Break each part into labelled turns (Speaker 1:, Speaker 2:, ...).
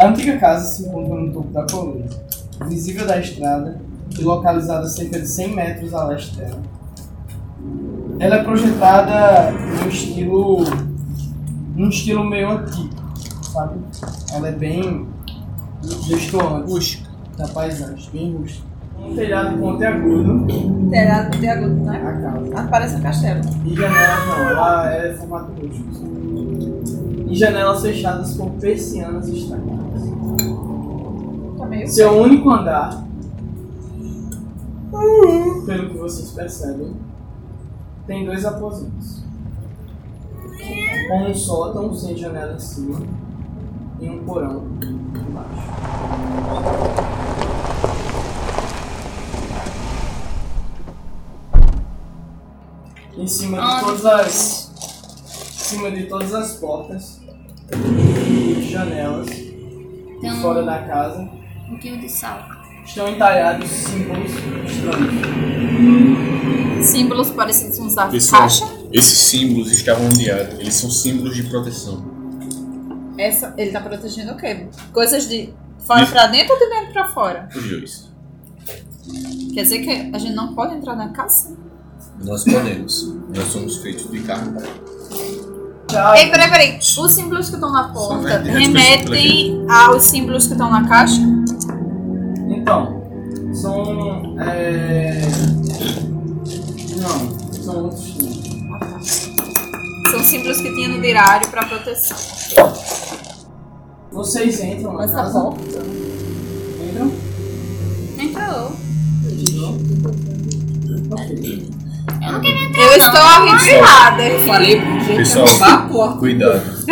Speaker 1: A antiga casa se encontra no topo da colina, visível da estrada e localizada a cerca de 100 metros a leste dela. Ela é projetada num estilo. num estilo meio antigo, sabe? Ela é bem. destoante. Rústica. Da paisagem, bem rústica. Um telhado pontiagudo,
Speaker 2: Terá de agudo,
Speaker 1: a
Speaker 2: né?
Speaker 1: casa.
Speaker 2: Ah, parece um castelo.
Speaker 1: E janelas não, ela é formato rústico. E janelas fechadas com persianas estancadas.
Speaker 2: Tá meio.
Speaker 1: Seu único andar, pelo que vocês percebem, tem dois aposentos. Com um sótão sem janela em cima e um porão embaixo. Em cima de todas as. Em cima de todas as portas e janelas
Speaker 3: Tem um-
Speaker 1: fora da casa
Speaker 3: Um quilo de sal.
Speaker 1: estão entalhados símbolos estranhos.
Speaker 2: Símbolos parecidos com a
Speaker 4: Pessoal,
Speaker 2: caixa.
Speaker 4: esses símbolos estavam ondeados. Eles são símbolos de proteção.
Speaker 2: Essa, ele tá protegendo o quê? Coisas de fora pra dentro ou de dentro pra fora?
Speaker 4: Os dois.
Speaker 2: Quer dizer que a gente não pode entrar na casa?
Speaker 4: Nós podemos. Nós somos feitos de carne.
Speaker 1: Tá,
Speaker 2: Ei, peraí, peraí. Os símbolos que estão na porta
Speaker 4: vai ter as
Speaker 2: remetem aos símbolos que estão na caixa?
Speaker 1: Então, são. É... Não, são outros times.
Speaker 2: Ah, tá. São símbolos que tinha no diário pra proteção.
Speaker 1: Vocês entram na casa. Entram?
Speaker 3: Entrou.
Speaker 1: Ok.
Speaker 3: Eu não queria entrar.
Speaker 2: Eu estou arrepiada.
Speaker 5: Falei pro jeito
Speaker 4: Pessoal.
Speaker 2: é um
Speaker 5: que a porta.
Speaker 4: Cuidado.
Speaker 2: Você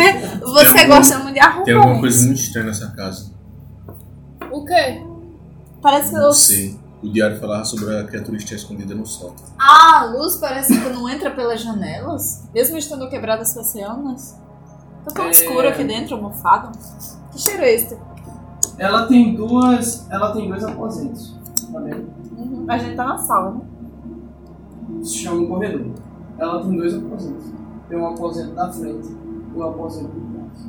Speaker 4: Tem algum-
Speaker 2: gosta muito de arrumar.
Speaker 4: Tem alguma coisa muito estranha nessa casa.
Speaker 3: O quê?
Speaker 2: Parece que
Speaker 4: Não
Speaker 2: eu...
Speaker 4: sei. O diário falava sobre a criatura estar escondida no sol.
Speaker 2: Ah, a luz parece que não entra pelas janelas. Mesmo estando quebradas as persianas. Tá tão
Speaker 1: É.
Speaker 2: escuro aqui dentro, almofada. Que cheiro é esse?
Speaker 1: Ela tem duas. Ela tem dois aposentos. Tá vendo?
Speaker 2: Uhum. A gente tá na sala, né?
Speaker 1: Se chama um corredor. Ela tem dois aposentos. Tem um aposento na frente e um aposento de trás.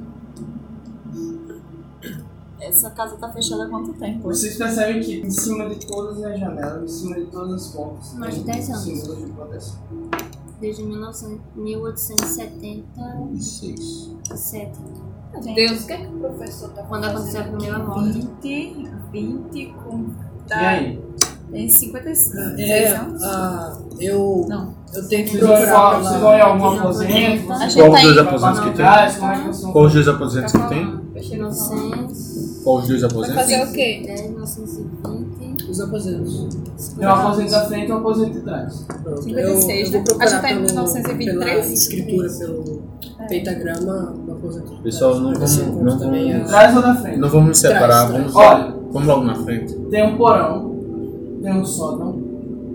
Speaker 2: Essa casa tá fechada há quanto tempo?
Speaker 1: Vocês percebem que em cima de todas as janelas, em cima de todas as portas,
Speaker 3: Mais de
Speaker 1: tem
Speaker 3: 10 anos.
Speaker 1: símbolos de proteção.
Speaker 3: Desde 1900 1877.
Speaker 4: Seis.
Speaker 2: Deus, o que é que o professor tá
Speaker 3: Quando aconteceu a primeira morte.
Speaker 2: 20, 20 com...
Speaker 5: Tá.
Speaker 2: tá
Speaker 1: E aí?
Speaker 2: Tem 55.
Speaker 5: É,
Speaker 2: anos.
Speaker 5: ah, eu,
Speaker 2: Não.
Speaker 5: eu tenho que
Speaker 1: Vocês vão
Speaker 5: procurar
Speaker 1: vocês vão em
Speaker 5: pela...
Speaker 1: algum aposento?
Speaker 3: Qual
Speaker 2: os
Speaker 1: Vocês
Speaker 2: dois
Speaker 1: vão pra
Speaker 6: aposentos
Speaker 2: né?
Speaker 6: que tem?
Speaker 1: lugares? Como é que vocês vão
Speaker 6: Qual os dois aposentos que tem?
Speaker 3: 1910,
Speaker 4: Qual os dois
Speaker 2: Vai
Speaker 4: aposentos?
Speaker 2: fazer o quê?
Speaker 3: 1920.
Speaker 5: Os aposentos.
Speaker 1: Tem um aposento da frente e um aposento de trás.
Speaker 5: Pronto,
Speaker 2: 56,
Speaker 5: eu, eu vou
Speaker 2: né?
Speaker 5: procurar
Speaker 2: A gente tá em
Speaker 5: pelo-
Speaker 2: 1923?
Speaker 5: pela escritura, pelo
Speaker 2: É.
Speaker 5: pentagrama do aposento.
Speaker 6: Pessoal, não
Speaker 5: Pra ver se
Speaker 6: vamos-
Speaker 5: encontro
Speaker 6: não
Speaker 5: também é
Speaker 6: vamos-
Speaker 5: a-
Speaker 1: Trás ou da frente?
Speaker 6: Não vamos nos
Speaker 5: Traz,
Speaker 6: separar,
Speaker 5: traz.
Speaker 6: vamos,
Speaker 1: Olha,
Speaker 6: vamos logo na frente.
Speaker 1: tem um porão, tem um sótão,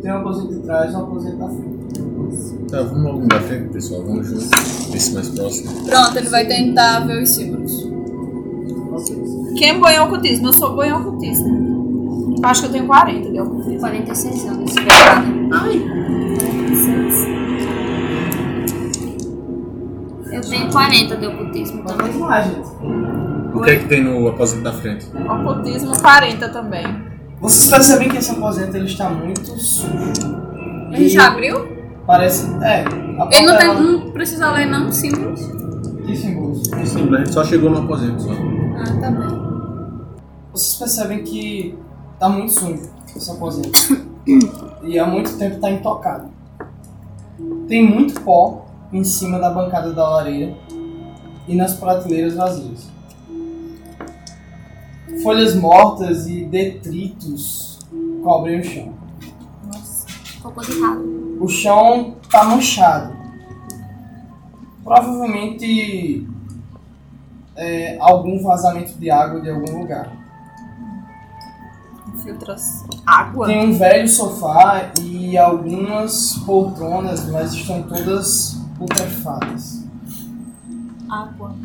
Speaker 1: tem um aposento de trás e um aposento da frente.
Speaker 4: Tá, vamos logo na frente, pessoal. Vamos juntos. Esse mais próximo.
Speaker 2: Pronto, ele vai tentar ver os símbolos.
Speaker 1: Vocês.
Speaker 2: Quem é boi ocultismo? Eu sou boi ocultismo. Acho que eu tenho 40 de ocultismo.
Speaker 3: 46 anos. Eu tenho 40 de ocultismo
Speaker 1: Mas
Speaker 3: também.
Speaker 1: vamos lá, gente.
Speaker 6: O que é que tem no aposento da frente?
Speaker 2: Ocultismo 40 também.
Speaker 1: Vocês percebem que esse aposento ele está muito sujo.
Speaker 7: Ele já abriu?
Speaker 1: Parece. É. A
Speaker 7: Ele não, tá
Speaker 1: porta,
Speaker 7: tem,
Speaker 1: ela-
Speaker 7: não
Speaker 2: um
Speaker 7: precisa ler não os símbolos?
Speaker 1: Que símbolos?
Speaker 6: Sim, a gente só chegou no aposento. Só.
Speaker 7: Ah, tá bem.
Speaker 1: Vocês percebem que tá muito sujo esse aposento. e há muito tempo tá intocado. Tem muito pó em cima da bancada da lareira e nas prateleiras vazias. Folhas mortas e detritos cobrem o chão.
Speaker 3: Cocô de ralo.
Speaker 1: O chão tá manchado. Provavelmente é, algum vazamento de água de algum lugar.
Speaker 2: Filtras. Água?
Speaker 1: Tem um velho sofá e algumas poltronas, mas estão todas putrefadas.
Speaker 2: Água.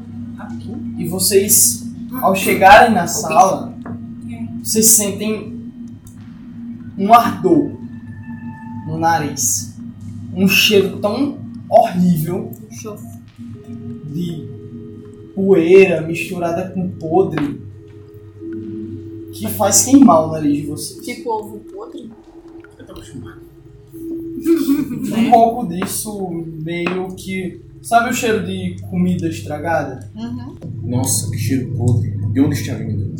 Speaker 1: E vocês, ao chegarem na sala, vocês sentem um ardor no nariz. Um cheiro tão horrível de poeira misturada com podre que faz queimar o nariz de vocês.
Speaker 8: Tipo ovo podre.
Speaker 1: Um pouco disso meio que. Sabe o cheiro de comida estragada?
Speaker 8: Uhum.
Speaker 4: Nossa, que cheiro podre. De onde está vindo?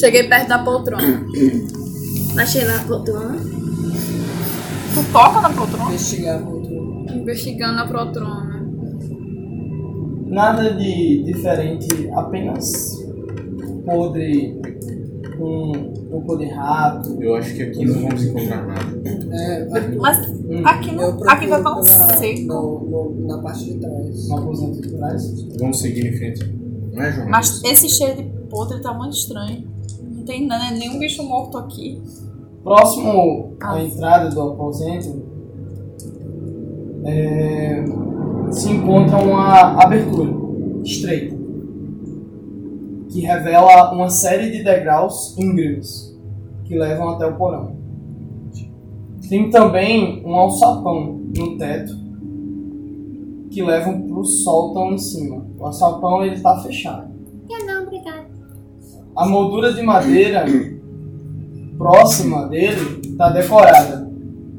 Speaker 2: Cheguei perto da poltrona.
Speaker 3: Baixei lá a poltrona.
Speaker 8: Tu toca na poltrona?
Speaker 5: Investigar outro.
Speaker 2: Investigando a poltrona.
Speaker 1: Nada de diferente, apenas podre com um poder rápido.
Speaker 4: Eu acho que aqui não vamos encontrar nada.
Speaker 5: É,
Speaker 8: Mas
Speaker 1: Hum, um,
Speaker 8: aqui,
Speaker 5: eu
Speaker 8: não-
Speaker 5: procuro
Speaker 8: aqui vai
Speaker 2: um
Speaker 8: um tão
Speaker 5: pela-
Speaker 8: seco.
Speaker 5: no- no- na parte de trás.
Speaker 1: Uma coisa de trás.
Speaker 4: Vamos seguir em frente. Não é, João?
Speaker 8: Mas esse cheiro de podre tá muito estranho. Não tem nada, né? nenhum bicho morto aqui.
Speaker 1: Próximo
Speaker 8: Ah.
Speaker 1: à entrada do aposento é, se encontra uma abertura estreita que revela uma série de degraus íngremes que levam até o porão. Tem também um alçapão no teto que leva para o sótão em cima. O alçapão ele está fechado.
Speaker 3: Eu não, obrigada.
Speaker 1: A moldura de madeira próxima dele está decorada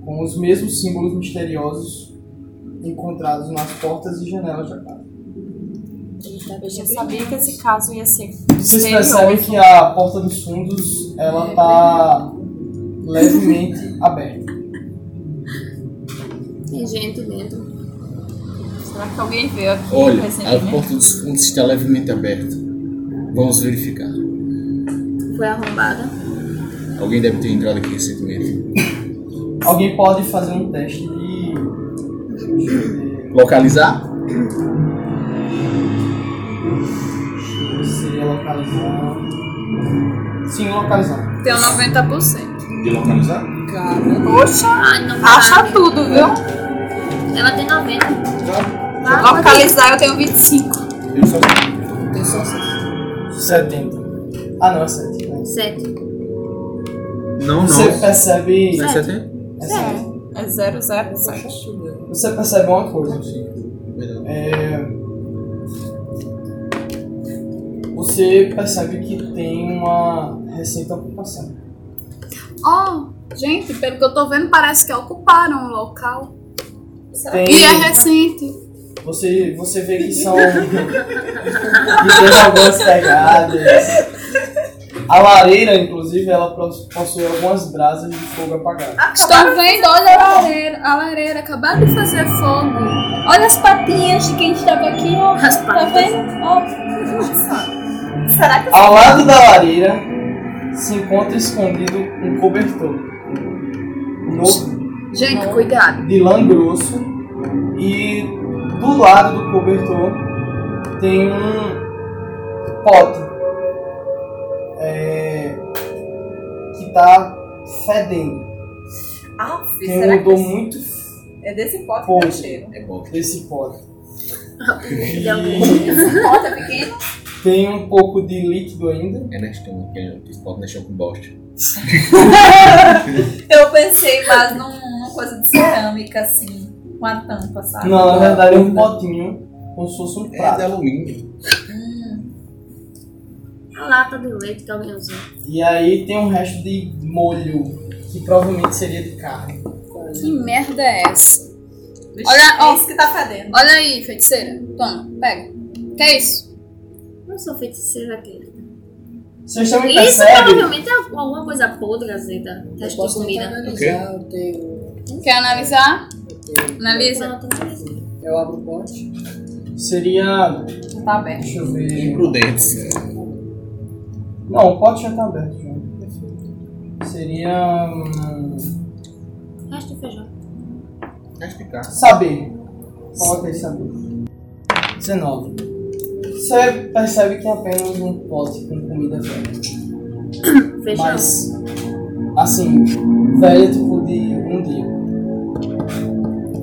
Speaker 1: com os mesmos símbolos misteriosos encontrados nas portas e janelas da casa.
Speaker 8: Eu já sabia que esse caso ia ser
Speaker 1: Vocês
Speaker 8: misterioso.
Speaker 1: percebem que a porta dos fundos ela está levemente aberta.
Speaker 3: Tem gente dentro.
Speaker 8: Será que alguém veio aqui
Speaker 9: Olha, a
Speaker 8: recentemente?
Speaker 9: porta dos fundos está levemente aberta. Vamos verificar.
Speaker 3: Foi arrombada.
Speaker 9: Alguém deve ter entrado aqui recentemente.
Speaker 1: Alguém pode fazer um teste de. deixa eu ver,
Speaker 9: Localizar?
Speaker 1: deixa eu ver se seria localizar. Sim, localizar.
Speaker 2: Tem um 90%.
Speaker 4: De localizar?
Speaker 5: Cara,
Speaker 8: Poxa,
Speaker 3: Ai, Ah, não
Speaker 8: acha tudo, viu?
Speaker 3: vale. Ela tem 90.
Speaker 8: tá. Localizar eu tenho 25.
Speaker 4: Eu só
Speaker 5: tem só seis.
Speaker 1: 70. Ah, não, é 70. né?
Speaker 3: 7.
Speaker 4: Não, não.
Speaker 1: Você percebe.
Speaker 4: Não é 70?
Speaker 1: é 70.
Speaker 8: É 007.
Speaker 1: Você percebe uma coisa. É, Você percebe que tem uma recente ocupação.
Speaker 2: Ó, gente, pelo que eu tô vendo, parece que ocuparam o local.
Speaker 1: Tem,
Speaker 2: E é recente.
Speaker 1: você, você vê que são. que tem algumas pegadas. A lareira, inclusive, ela pos- possui algumas brasas de fogo
Speaker 2: Ah,
Speaker 1: apagado.
Speaker 2: Estou vendo, olha a lareira. A lareira acabaram de fazer fogo. Olha as patinhas de quem estava aqui, ó.
Speaker 3: As
Speaker 2: Tá
Speaker 3: patas.
Speaker 2: vendo? Ó.
Speaker 1: Ao lado da lareira se encontra escondido um cobertor. Um No
Speaker 2: Gente, cuidado.
Speaker 1: de lã grosso e do lado do cobertor tem um pote é, que tá fedendo.
Speaker 8: Ah,
Speaker 1: Tem um odor muito f-
Speaker 8: é desse pote
Speaker 1: Pouco.
Speaker 9: É bom.
Speaker 1: desse pote.
Speaker 3: um Ele
Speaker 1: E
Speaker 8: pote é pequeno?
Speaker 1: tem um pouco de líquido ainda.
Speaker 9: É Nestão, que é- que pode mexer com bosta.
Speaker 8: Eu pensei mais num- numa coisa de cerâmica, assim, com a tampa, sabe?
Speaker 1: Não, na verdade é um potinho como se fosse um
Speaker 9: É de
Speaker 1: prato.
Speaker 9: alumínio.
Speaker 3: A lata de leite que alguém usou.
Speaker 1: E aí tem um resto de molho que provavelmente seria de carne.
Speaker 2: Que merda é essa?
Speaker 8: Vixe,
Speaker 2: Olha, ó.
Speaker 8: é isso que tá fedendo.
Speaker 2: Olha aí, feiticeira. Toma, pega. Que é isso?
Speaker 3: Não sou feiticeira aqui.
Speaker 1: Vocês também
Speaker 3: Isso
Speaker 1: percebem
Speaker 3: provavelmente é alguma coisa podre, azeda.
Speaker 5: Eu
Speaker 3: Resto de
Speaker 5: posso tentar
Speaker 3: comida.
Speaker 5: analisar, eu tenho.
Speaker 2: Quer analisar?
Speaker 5: Eu, tenho-
Speaker 2: Analisa.
Speaker 3: Pronto, não sei.
Speaker 5: eu abro o pote.
Speaker 1: seria.
Speaker 8: Tá aberto.
Speaker 1: Deixa eu ver.
Speaker 9: Imprudentes.
Speaker 1: Não, o pote já tá aberto. já. Seria. hum,
Speaker 3: Resto de feijão.
Speaker 9: Acho que tá.
Speaker 1: Saber. Coloca aí saber. 19. Você percebe que é apenas um pote com comida velha.
Speaker 3: Feijão.
Speaker 1: Mas. Assim, velha tipo de um dia.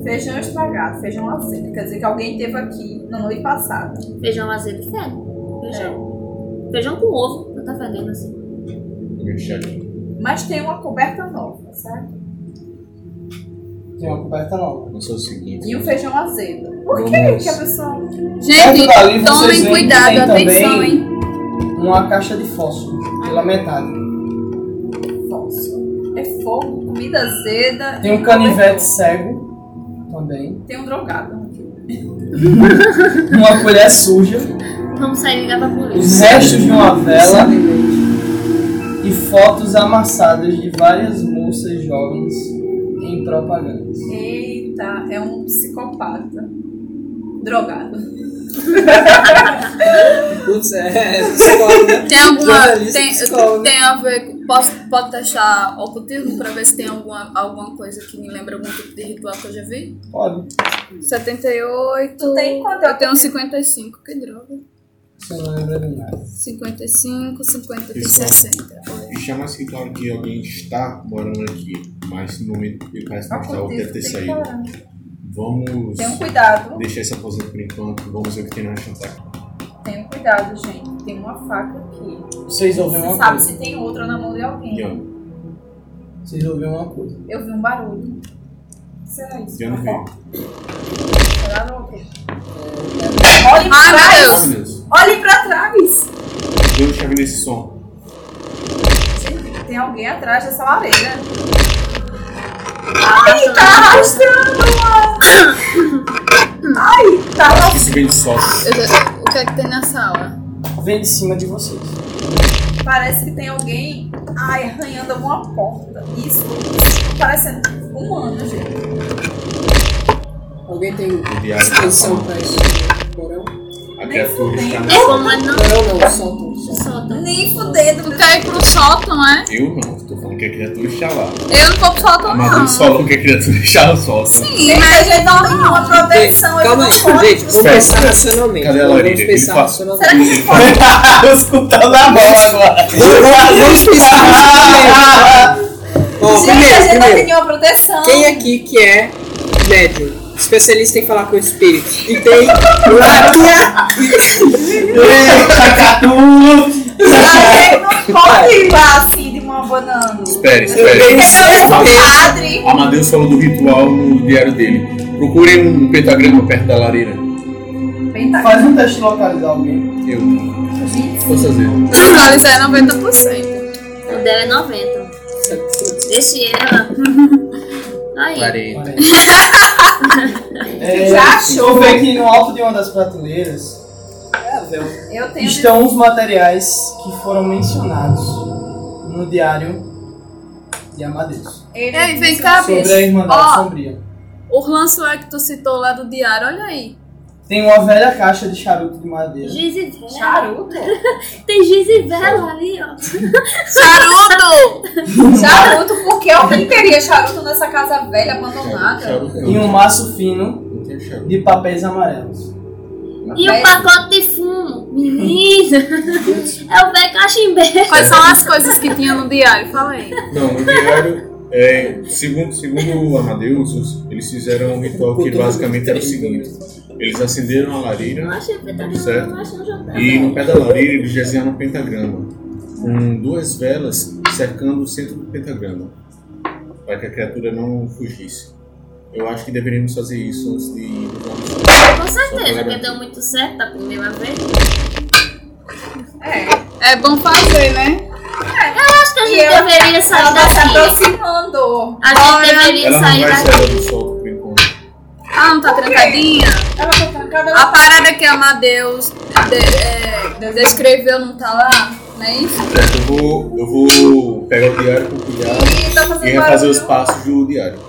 Speaker 8: Feijão estragado, feijão azedo. Quer dizer que alguém teve aqui no ano passado.
Speaker 3: Feijão azedo fede. Feijão. Feijão com ovo. Não tá fedendo assim.
Speaker 9: Mexer aqui.
Speaker 8: Mas tem uma coberta nova, certo?
Speaker 1: Tem uma coberta nova.
Speaker 9: Vamos fazer o seguinte.
Speaker 8: E o feijão azedo. Por que
Speaker 9: Vamos.
Speaker 8: que a pessoa...
Speaker 1: Perto dali vocês veem
Speaker 2: Gente, tomem
Speaker 1: que
Speaker 2: cuidado,
Speaker 1: tem também
Speaker 2: atenção, hein?
Speaker 1: uma caixa de fósforo pela metade.
Speaker 2: Fósforo. É fogo, comida azeda.
Speaker 1: Tem um canivete cego também.
Speaker 2: Tem um drogado.
Speaker 1: Uma colher suja.
Speaker 3: Vamos sair e ligar pra
Speaker 1: Os
Speaker 3: polícia.
Speaker 1: restos de uma vela.
Speaker 5: né?
Speaker 1: E fotos amassadas de várias moças jovens em propagandas.
Speaker 2: Eita, é um psicopata. Drogado.
Speaker 5: Putz, é. é psicólogo, né?
Speaker 10: Tem alguma.
Speaker 5: Jornalista,
Speaker 10: Tem,
Speaker 5: psicólogo.
Speaker 10: tem a ver. com- Posso, pode testar ocultismo pra ver se tem alguma, alguma coisa que me lembra algum tipo de ritual que eu já vi?
Speaker 1: Pode.
Speaker 10: 78.
Speaker 2: Tu tem quanto?
Speaker 10: Eu tenho 55, que droga.
Speaker 1: Você não lembra de nada.
Speaker 10: 55, 50 e
Speaker 4: Isso.
Speaker 10: 60.
Speaker 4: E chama-se claro que alguém está morando aqui, mas no momento que ele parece que não está, ou deve ter saído. Vamos
Speaker 2: Tenham um cuidado,
Speaker 4: deixar essa aposento por enquanto, vamos ver o que tem na chantaca.
Speaker 2: tenham um cuidado, gente. Tem uma faca aqui.
Speaker 1: Vocês ouviram
Speaker 2: Não
Speaker 1: uma
Speaker 2: sabe
Speaker 1: coisa.
Speaker 2: se tem outra na mão de alguém.
Speaker 4: Diana,
Speaker 1: Vocês ouviram uma coisa.
Speaker 2: Eu vi um barulho. Será isso?
Speaker 4: Diana vem.
Speaker 2: Será não? Olhe pra trás!
Speaker 4: Meu Deus,
Speaker 2: Olhe pra trás!
Speaker 4: Tá eu não tinha vindo esse som.
Speaker 2: Gente, tem alguém atrás dessa lareira.
Speaker 3: Ai,
Speaker 2: Tá arrastando, mano! Ai, tá lá.
Speaker 4: Isso vem de sol.
Speaker 10: Eu já- o que é que tem na sala?
Speaker 1: Vem de cima de vocês.
Speaker 2: Parece que tem alguém ai, arranhando alguma porta. Isso tá parecendo humano, gente.
Speaker 5: Alguém tem
Speaker 4: O diário está
Speaker 5: extensão
Speaker 4: falando.
Speaker 5: pra esse porão?
Speaker 4: A criatura está na.
Speaker 3: Não, mas não
Speaker 5: Porão não, soltam.
Speaker 3: solta.
Speaker 2: Nem fudendo.
Speaker 10: Tu quer ir pro sótão, é?
Speaker 4: Eu não, estou falando que a criatura está lá.
Speaker 10: Eu não vou pro
Speaker 2: Ah.
Speaker 10: sótão,
Speaker 4: A
Speaker 10: não.
Speaker 4: Madrid falou que a criatura está lá solta.
Speaker 10: Sim,
Speaker 2: Gente,
Speaker 10: mas
Speaker 2: a gente não tem nenhuma
Speaker 5: Gente,
Speaker 2: proteção. a gente
Speaker 5: calma aí,
Speaker 2: não pode-
Speaker 5: gente, vamos
Speaker 4: Espera,
Speaker 5: pensar
Speaker 4: espera.
Speaker 5: racionalmente.
Speaker 4: Cadê a
Speaker 5: Vamos
Speaker 4: Lorena? Ele
Speaker 5: pensar
Speaker 4: fala-
Speaker 5: racionalmente.
Speaker 1: Escutando na bola agora.
Speaker 5: Vamos pensar racionalmente. Ó,
Speaker 2: Gente, a gente
Speaker 5: primeiro,
Speaker 2: não tem
Speaker 5: primeiro,
Speaker 2: nenhuma proteção.
Speaker 5: quem
Speaker 10: Então-
Speaker 5: aqui que é médium? Especialista em falar com espíritos. E tem lápia.
Speaker 2: A gente
Speaker 5: tá
Speaker 2: não pode ir lá assim de uma banana. é
Speaker 4: Espere,
Speaker 5: Tem
Speaker 4: espere.
Speaker 5: espelho.
Speaker 2: Padre.
Speaker 4: Amadeus falou do ritual no diário dele. Procurem um pentagrama perto da lareira.
Speaker 1: Faz um teste de localizar alguém.
Speaker 4: Eu posso fazer.
Speaker 10: localizar é 90%.
Speaker 3: O dela é 90. Deixe ela. Aí.
Speaker 4: Lareira.
Speaker 1: É,
Speaker 2: Já achou?
Speaker 1: Eu vejo que no alto de uma das prateleiras
Speaker 2: É, Eu tenho.
Speaker 1: estão os materiais que foram mencionados no diário de Amadeus.
Speaker 2: Ele
Speaker 10: Ei, vem
Speaker 2: disse-
Speaker 10: cá,
Speaker 1: Sobre
Speaker 10: bicho.
Speaker 1: a Irmandade
Speaker 10: Ó.
Speaker 1: Sombria.
Speaker 10: O ranço é que tu citou lá do diário, olha aí.
Speaker 1: Tem uma velha caixa de charuto de madeira.
Speaker 3: Giz e vela.
Speaker 2: Charuto?
Speaker 3: Tem giz e vela ali, ó.
Speaker 10: Charuto!
Speaker 2: Charuto, porque alguém teria charuto nessa casa velha abandonada?
Speaker 1: E um maço fino de papéis amarelos.
Speaker 3: E o pacote de fumo. Menina. É o velho cachimbeiro.
Speaker 10: Quais são as coisas que tinha no diário? Fala aí.
Speaker 4: Não, no diário, é, segundo, segundo o Amadeus, os- eles fizeram um ritual que basicamente era o seguinte: eles acenderam a
Speaker 3: Eu
Speaker 4: lareira
Speaker 3: achei o pentagrama,
Speaker 4: Certo.
Speaker 3: eu achei um
Speaker 4: e
Speaker 3: jantar.
Speaker 4: no pé da lareira eles desenharam um pentagrama, com duas velas cercando o centro do pentagrama, para que a criatura não fugisse. Eu acho que deveríamos fazer isso antes de irmos lá no sul.
Speaker 3: Com certeza, porque deu muito certo da primeira vez.
Speaker 2: É.
Speaker 10: É bom fazer, né?
Speaker 3: Acho que a
Speaker 2: E
Speaker 3: gente
Speaker 2: eu-
Speaker 3: deveria
Speaker 2: Ela
Speaker 3: sair
Speaker 2: tá se
Speaker 3: daqui.
Speaker 2: aproximando.
Speaker 3: A gente deveria
Speaker 4: Ela não
Speaker 3: sair
Speaker 4: vai
Speaker 3: daqui.
Speaker 4: sair do sol por enquanto.
Speaker 10: Ah, não tá trancadinha?
Speaker 2: Ela tá trancada.
Speaker 10: A parada que Amadeus de, é, descreveu não tá lá, não é isso?
Speaker 4: Certo, eu vou, eu vou pegar o diário com cuidado
Speaker 2: Ih, tá
Speaker 4: e
Speaker 2: fazendo
Speaker 4: refazer os
Speaker 2: barulho.
Speaker 4: passos do diário.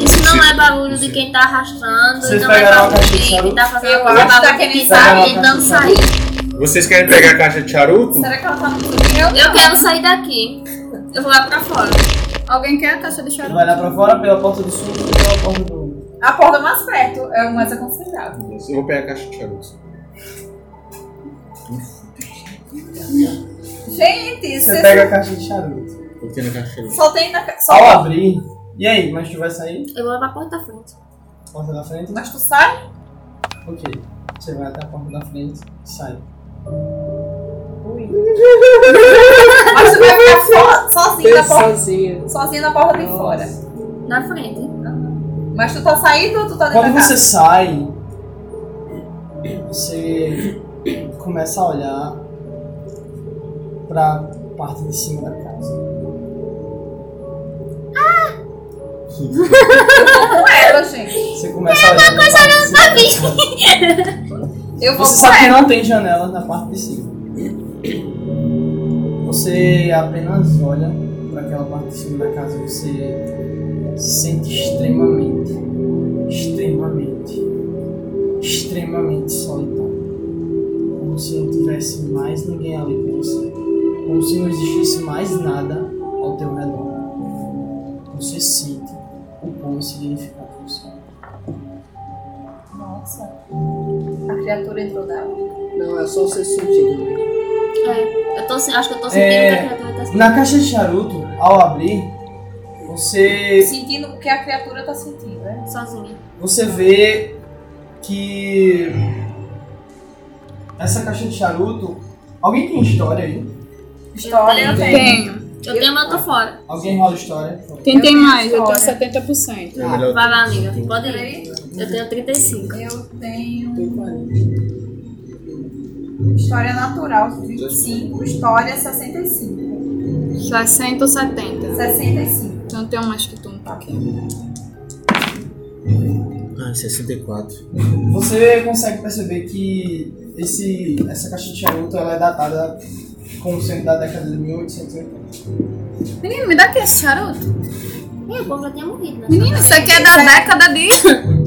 Speaker 3: Isso não é barulho de quem tá arrastando,
Speaker 1: Vocês
Speaker 3: não é
Speaker 1: pegaram
Speaker 3: barulho
Speaker 1: a caixa
Speaker 3: de
Speaker 1: de
Speaker 3: quem
Speaker 1: charuto?
Speaker 3: tá fazendo
Speaker 2: Eu
Speaker 3: barulho,
Speaker 2: acho
Speaker 3: barulho de
Speaker 2: que
Speaker 3: quem
Speaker 2: eles
Speaker 3: tá
Speaker 1: pegaram a
Speaker 3: tentando
Speaker 1: caixa
Speaker 3: sair.
Speaker 4: Vocês querem pegar a caixa de charuto?
Speaker 2: Será que ela tá no caminho?
Speaker 3: Eu quero sair daqui. Eu vou lá pra fora.
Speaker 10: Alguém quer a caixa de charuto?
Speaker 1: Vai lá pra fora pela porta do sul e pela porta do.
Speaker 2: A porta mais perto é o mais aconselhável.
Speaker 4: Eu vou pegar a caixa de charuto.
Speaker 2: Gente,
Speaker 1: Você
Speaker 2: cê
Speaker 1: pega a caixa de charuto.
Speaker 4: Eu tenho a caixa de charuto.
Speaker 2: só tem na. ca- Só...
Speaker 1: Ao abrir. E aí, mas tu vai sair?
Speaker 3: Eu vou lá pra porta da frente.
Speaker 1: Porta da frente?
Speaker 2: Mas tu sai?
Speaker 1: Ok. Você vai até a porta da frente e sai.
Speaker 2: Mas tu vai ficar fora, sozinho
Speaker 10: Tá
Speaker 2: na porta.
Speaker 5: Sozinha.
Speaker 2: Sozinho na porta de fora.
Speaker 3: Na frente.
Speaker 2: Mas tu tá saindo ou tu tá dentro
Speaker 1: Quando
Speaker 2: da casa?
Speaker 1: você sai, você começa a olhar pra parte de cima da casa.
Speaker 2: Com ela, gente.
Speaker 1: Você começa a olhar. Coisa não tá
Speaker 2: Eu vou
Speaker 1: Você
Speaker 2: com
Speaker 1: sabe que
Speaker 2: ela.
Speaker 1: não tem janelas na parte de cima. Você apenas olha para aquela parte de cima da casa e você se sente extremamente, extremamente, extremamente solitário. Como se não tivesse mais ninguém ali com você. Como se não existisse mais nada ao teu redor. Você sente o quão insignificante você é.
Speaker 2: Nossa. A criatura entrou na água.
Speaker 5: Não, é só você sentindo.
Speaker 3: É, eu tô, se- acho que eu tô sentindo
Speaker 1: É.
Speaker 3: que a criatura tá
Speaker 1: Na caixa de charuto, ao abrir, você
Speaker 2: Sentindo o que a criatura tá sentindo, né?
Speaker 3: sozinha.
Speaker 1: você vê que essa caixa de charuto. Alguém tem história aí?
Speaker 2: História tem.
Speaker 10: Tenho.
Speaker 3: Eu tenho, mas eu tô fora.
Speaker 1: Alguém rola história?
Speaker 2: Eu
Speaker 10: Tentei
Speaker 2: tenho
Speaker 10: mais, eu
Speaker 2: história.
Speaker 10: tenho 70%.
Speaker 9: É melhor.
Speaker 3: Vai lá, amiga. Pode
Speaker 2: Peraí.
Speaker 3: ir. Eu tenho 35.
Speaker 2: Eu tenho. História natural 25, história 65.
Speaker 10: 60 ou 70.
Speaker 2: 65.
Speaker 10: Então eu tenho mais que tu um pouquinho.
Speaker 9: Ah, 64.
Speaker 1: Você consegue perceber que esse, essa caixa de charuto ela é datada como sendo da década de 1880.
Speaker 10: Menino, me dá aqui esse charuto.
Speaker 3: Minha boca tinha morrido, né?
Speaker 10: Menino, isso aqui é da década de...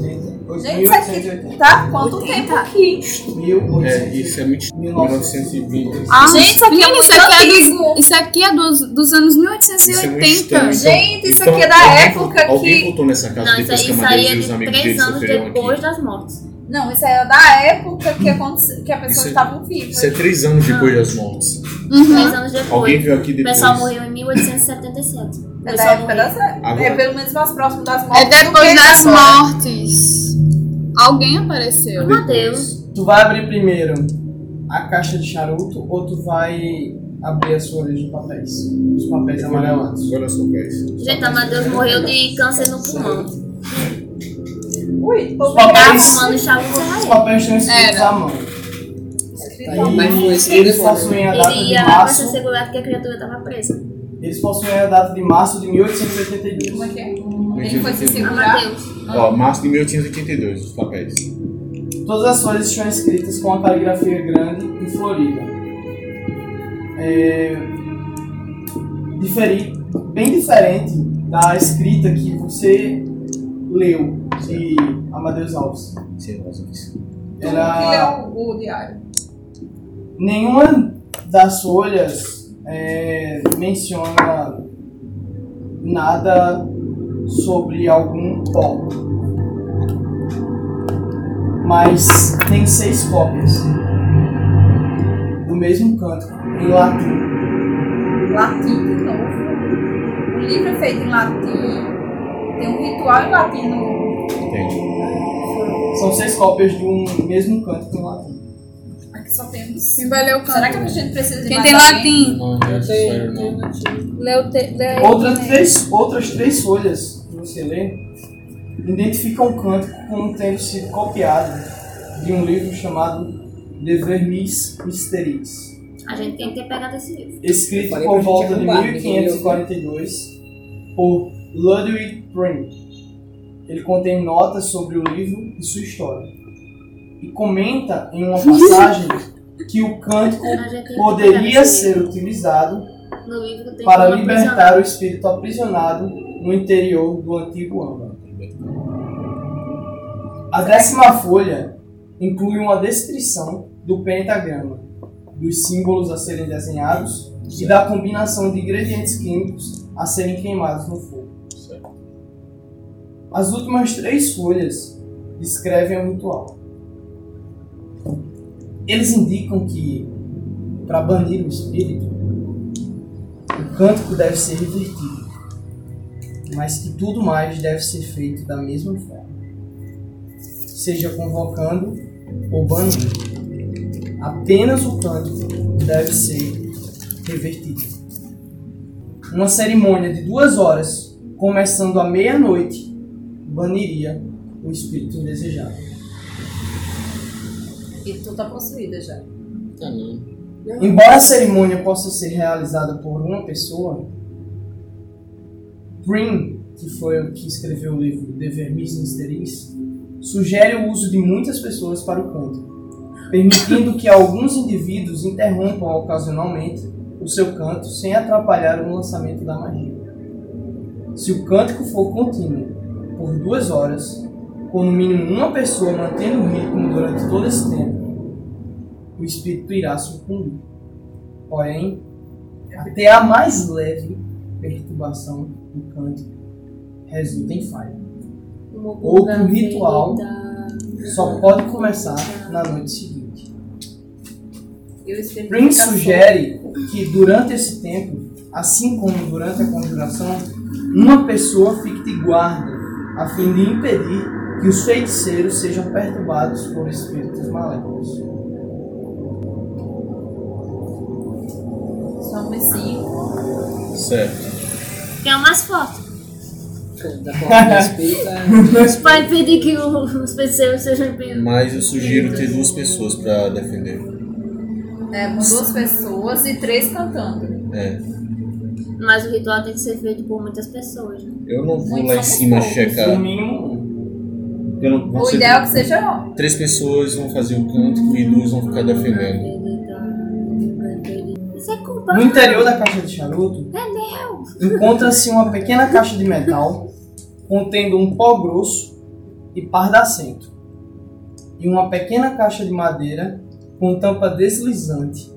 Speaker 2: Gente, isso aqui tá quanto tempo aqui?
Speaker 1: 1880.
Speaker 4: É, isso é muito 1920.
Speaker 10: Ah,
Speaker 2: Gente, isso aqui é
Speaker 10: menino, isso
Speaker 2: muito
Speaker 10: aqui é,
Speaker 2: antigo.
Speaker 10: dos, isso aqui é dos, dos anos
Speaker 4: Isso é muito
Speaker 10: 1880.
Speaker 4: estranho.
Speaker 2: Gente, isso
Speaker 4: Então,
Speaker 2: aqui é da
Speaker 4: alguém-
Speaker 2: época
Speaker 4: Alguém
Speaker 2: que.
Speaker 4: voltou nessa casa
Speaker 3: Não, isso
Speaker 4: depois
Speaker 3: aí,
Speaker 4: que a
Speaker 3: isso
Speaker 4: Madeira
Speaker 3: aí
Speaker 4: e
Speaker 3: é
Speaker 4: os
Speaker 3: de
Speaker 4: amigos
Speaker 3: 3
Speaker 4: deles
Speaker 3: anos
Speaker 4: sofreram
Speaker 3: depois
Speaker 4: aqui.
Speaker 3: das mortes.
Speaker 2: Não, isso é da época que, aconte- que a pessoa
Speaker 4: Isso é-
Speaker 2: estava viva.
Speaker 4: Isso é três anos depois das mortes.
Speaker 1: Uhum.
Speaker 3: 3 anos
Speaker 4: Alguém
Speaker 3: depois.
Speaker 4: veio aqui
Speaker 3: O
Speaker 4: depois.
Speaker 3: pessoal morreu em 1877. O
Speaker 2: É da
Speaker 3: pessoal
Speaker 2: época
Speaker 3: morreu.
Speaker 2: das. É
Speaker 4: Agora-
Speaker 2: pelo menos mais próximo das
Speaker 10: É
Speaker 2: mortes. do
Speaker 10: depois
Speaker 2: que
Speaker 10: das
Speaker 2: agora.
Speaker 10: mortes. Alguém apareceu.
Speaker 3: Meu Deus.
Speaker 1: Tu vai abrir primeiro a caixa de charuto ou tu vai abrir as folhas de papéis? Os papéis amarelados.
Speaker 4: Olha só, guys.
Speaker 3: Gente, Amadeus morreu de câncer no pulmão.
Speaker 2: Ui,
Speaker 1: Os
Speaker 2: tô
Speaker 3: Tá
Speaker 1: papéis,
Speaker 3: fumando charuto
Speaker 1: os
Speaker 3: serraeiro.
Speaker 1: papéis estão escritos
Speaker 10: Era.
Speaker 1: à mão.
Speaker 5: Tá Mas
Speaker 1: Aí,
Speaker 5: foi isso que
Speaker 1: eles
Speaker 5: foi,
Speaker 2: Então,
Speaker 5: né?
Speaker 1: possuem a é data
Speaker 3: Ele
Speaker 1: de
Speaker 3: ia pra ser
Speaker 1: março.
Speaker 3: segurado que a criatura tava presa.
Speaker 1: Eles possuem a data de março de
Speaker 2: Como é
Speaker 1: 1882.
Speaker 2: que é? Ele foi se segurar.
Speaker 3: Amadeus.
Speaker 4: assim, Ó, março de 1882, os papéis.
Speaker 1: Todas as folhas estão escritas com a caligrafia grande e florida. É, diferi- bem diferente da escrita que você leu de Amadeus Alves.
Speaker 4: Sem razões.
Speaker 2: Ele é
Speaker 1: Era
Speaker 2: o, o diário.
Speaker 1: nenhuma das folhas é, menciona nada sobre algum polo. Mas tem seis cópias do mesmo canto, em latim.
Speaker 2: Latim de novo. O livro é feito em latim. Tem um ritual em latim no.
Speaker 4: Entende?
Speaker 1: São seis cópias de um mesmo canto em latim.
Speaker 2: Aqui só temos.
Speaker 10: Quem vai ler o
Speaker 2: Será que a
Speaker 10: canto?
Speaker 2: gente precisa de
Speaker 10: Quem
Speaker 2: mais alguém?
Speaker 10: tem latim?
Speaker 9: Não, não é necessário, não.
Speaker 10: Leu te... lê aí.
Speaker 1: Outras três, outras três folhas que você lê identificam o canto como tendo sido copiado de um livro chamado De Vermis Misteris.
Speaker 3: A gente tem que ter pegado esse livro.
Speaker 1: escrito
Speaker 5: Falei
Speaker 1: por
Speaker 5: pra gente
Speaker 1: volta de
Speaker 5: arrumar, né,
Speaker 1: 1542 por Ludwig Prim. Ele contém notas sobre o livro e sua história. E comenta em uma passagem que o cântico
Speaker 3: A gente tem que pegar
Speaker 1: poderia
Speaker 3: esse
Speaker 1: ser
Speaker 3: livro.
Speaker 1: utilizado
Speaker 3: No livro tem
Speaker 1: para
Speaker 3: uma
Speaker 1: libertar o espírito aprisionado no interior do antigo âmbito. A décima folha inclui uma descrição do pentagrama, dos símbolos a serem desenhados e da combinação de ingredientes químicos a serem queimados no fogo. As últimas três folhas descrevem o ritual. Eles indicam que, para banir o espírito, o cântico deve ser revertido, mas que tudo mais deve ser feito da mesma forma, seja convocando ou banindo. Apenas o cântico deve ser revertido. Uma cerimônia de duas horas, começando à meia-noite, baniria o espírito indesejado.
Speaker 2: E tu tá possuída já.
Speaker 9: Tá não.
Speaker 1: Embora a cerimônia possa ser realizada por uma pessoa, Brin, que foi o que escreveu o livro De Vermis Misteris, sugere o uso de muitas pessoas para o canto, permitindo que alguns indivíduos interrompam ocasionalmente o seu canto sem atrapalhar o lançamento da magia. Se o cântico for contínuo por duas horas, com no mínimo uma pessoa mantendo o ritmo durante todo esse tempo, o espírito irá sucumbir. Porém, até a mais leve perturbação do cântico resulta em falha. Outro ritual só pode começar na noite seguinte.
Speaker 2: Eu escrevi
Speaker 1: Brin
Speaker 2: ficar
Speaker 1: sugere que durante esse tempo, assim como durante a conjuração, uma pessoa fique de guarda a fim de impedir que os feiticeiros sejam perturbados por espíritos malévolos.
Speaker 2: Somos cinco.
Speaker 4: Certo.
Speaker 3: Quem é o mais forte?
Speaker 5: Da corrente espírita,
Speaker 3: Os pais pedem que o- os penseiros sejam impedidos.
Speaker 4: Mas eu sugiro ter duas pessoas pra defender.
Speaker 2: É, com duas pessoas e três cantando.
Speaker 4: É.
Speaker 3: Mas o ritual tem que ser feito por muitas pessoas. né?
Speaker 4: Eu não vou lá em cima
Speaker 1: No
Speaker 4: checar.
Speaker 1: mínimo,
Speaker 4: Eu não, vão
Speaker 2: O
Speaker 4: ser
Speaker 2: ideal é que seja homem.
Speaker 4: Três pessoas vão fazer o cântico e duas vão ficar defendendo.
Speaker 3: Isso é culpa.
Speaker 1: no interior da caixa de charuto,
Speaker 3: É
Speaker 1: encontra-se uma pequena caixa de metal contendo um pó grosso e pardacento, e uma pequena caixa de madeira com tampa deslizante,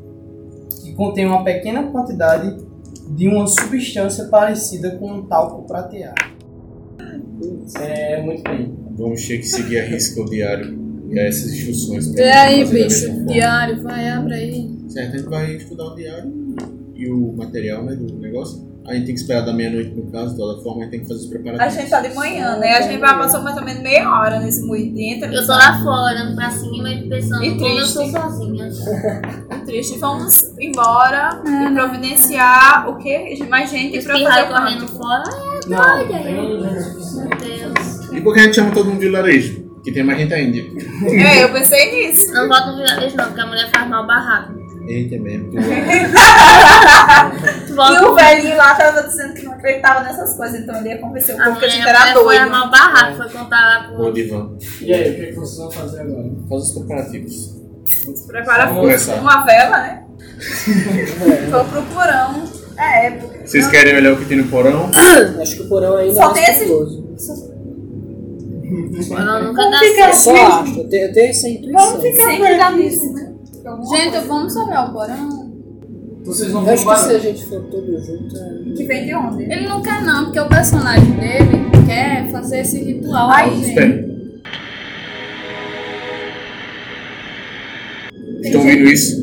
Speaker 1: que contém uma pequena quantidade de uma substância parecida com um talco prateado. É, muito bem.
Speaker 4: Vamos ter que seguir a risca o diário e essas instruções. pra
Speaker 10: É
Speaker 4: gente
Speaker 10: aí,
Speaker 4: fazer da
Speaker 10: bicho.
Speaker 4: mesma forma.
Speaker 10: Diário, vai, abre aí.
Speaker 4: Certo, a gente vai estudar o diário e o material né, do negócio. A gente tem que esperar da meia-noite, no caso, de toda forma, a gente tem que fazer os
Speaker 2: A
Speaker 4: preparativos.
Speaker 2: gente tá de manhã, né? A gente vai passar mais ou menos meia hora nesse moído entre
Speaker 3: Eu tô lá fora, olhando pra cima e pensando
Speaker 2: E
Speaker 3: como eu
Speaker 2: triste.
Speaker 3: sou sozinha.
Speaker 2: triste. Vamos embora e providenciar o quê? Mais gente
Speaker 3: Os
Speaker 2: pra fazer
Speaker 3: pirralhos
Speaker 2: o
Speaker 3: correndo
Speaker 2: canto.
Speaker 3: fora.
Speaker 1: Não,
Speaker 3: Olha aí.
Speaker 1: tem um gente
Speaker 3: Meu
Speaker 1: suficiente.
Speaker 3: Deus.
Speaker 4: E por que a gente chama todo mundo de vilarejo? Que tem mais gente ainda.
Speaker 2: É, eu pensei nisso.
Speaker 3: Não volta no vilarejo não, porque a mulher faz mal barraco.
Speaker 4: Eita, mesmo. tu-
Speaker 3: Tu
Speaker 2: E
Speaker 3: volta
Speaker 2: o velhinho lá tava dizendo que não acreditava nessas coisas, então ele ia convencer o
Speaker 3: a
Speaker 2: povo que a
Speaker 3: mulher,
Speaker 2: gente
Speaker 3: a
Speaker 2: era
Speaker 3: mulher foi
Speaker 2: doido.
Speaker 3: mal barraco, foi contar lá pro
Speaker 4: Bom, Divan,
Speaker 1: E aí, o que que vocês vão fazer agora?
Speaker 4: faz os preparativos.
Speaker 2: Preparar
Speaker 4: Vamos começar.
Speaker 2: uma vela, né? Tô procurando. É, porque
Speaker 4: Vocês querem olhar o que tem no porão?
Speaker 5: acho que o porão ainda
Speaker 2: Só
Speaker 5: é
Speaker 2: tem
Speaker 5: mais
Speaker 2: esse-
Speaker 5: perigoso.
Speaker 3: Ela nunca dá
Speaker 5: Eu
Speaker 3: certo.
Speaker 5: só acho, eu tenho, eu tenho essa intuição.
Speaker 2: sempre dá nisso, né?
Speaker 10: Gente, vamos olhar o porão.
Speaker 1: Vocês vão
Speaker 5: Eu acho que se a
Speaker 1: fazer.
Speaker 5: gente for tudo junto, é-
Speaker 2: Que vem de onde?
Speaker 10: Ele não quer não, porque o personagem dele quer fazer esse ritual
Speaker 2: Ai,
Speaker 10: aí, gente.
Speaker 4: Espera. Estão ouvindo isso?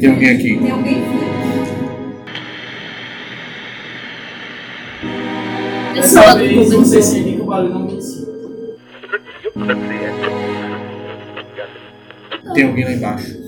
Speaker 4: Tem alguém aqui.
Speaker 2: Tem alguém vindo.
Speaker 1: Dessa vez vocês se ligam para não medicina.
Speaker 4: Tem alguém lá embaixo.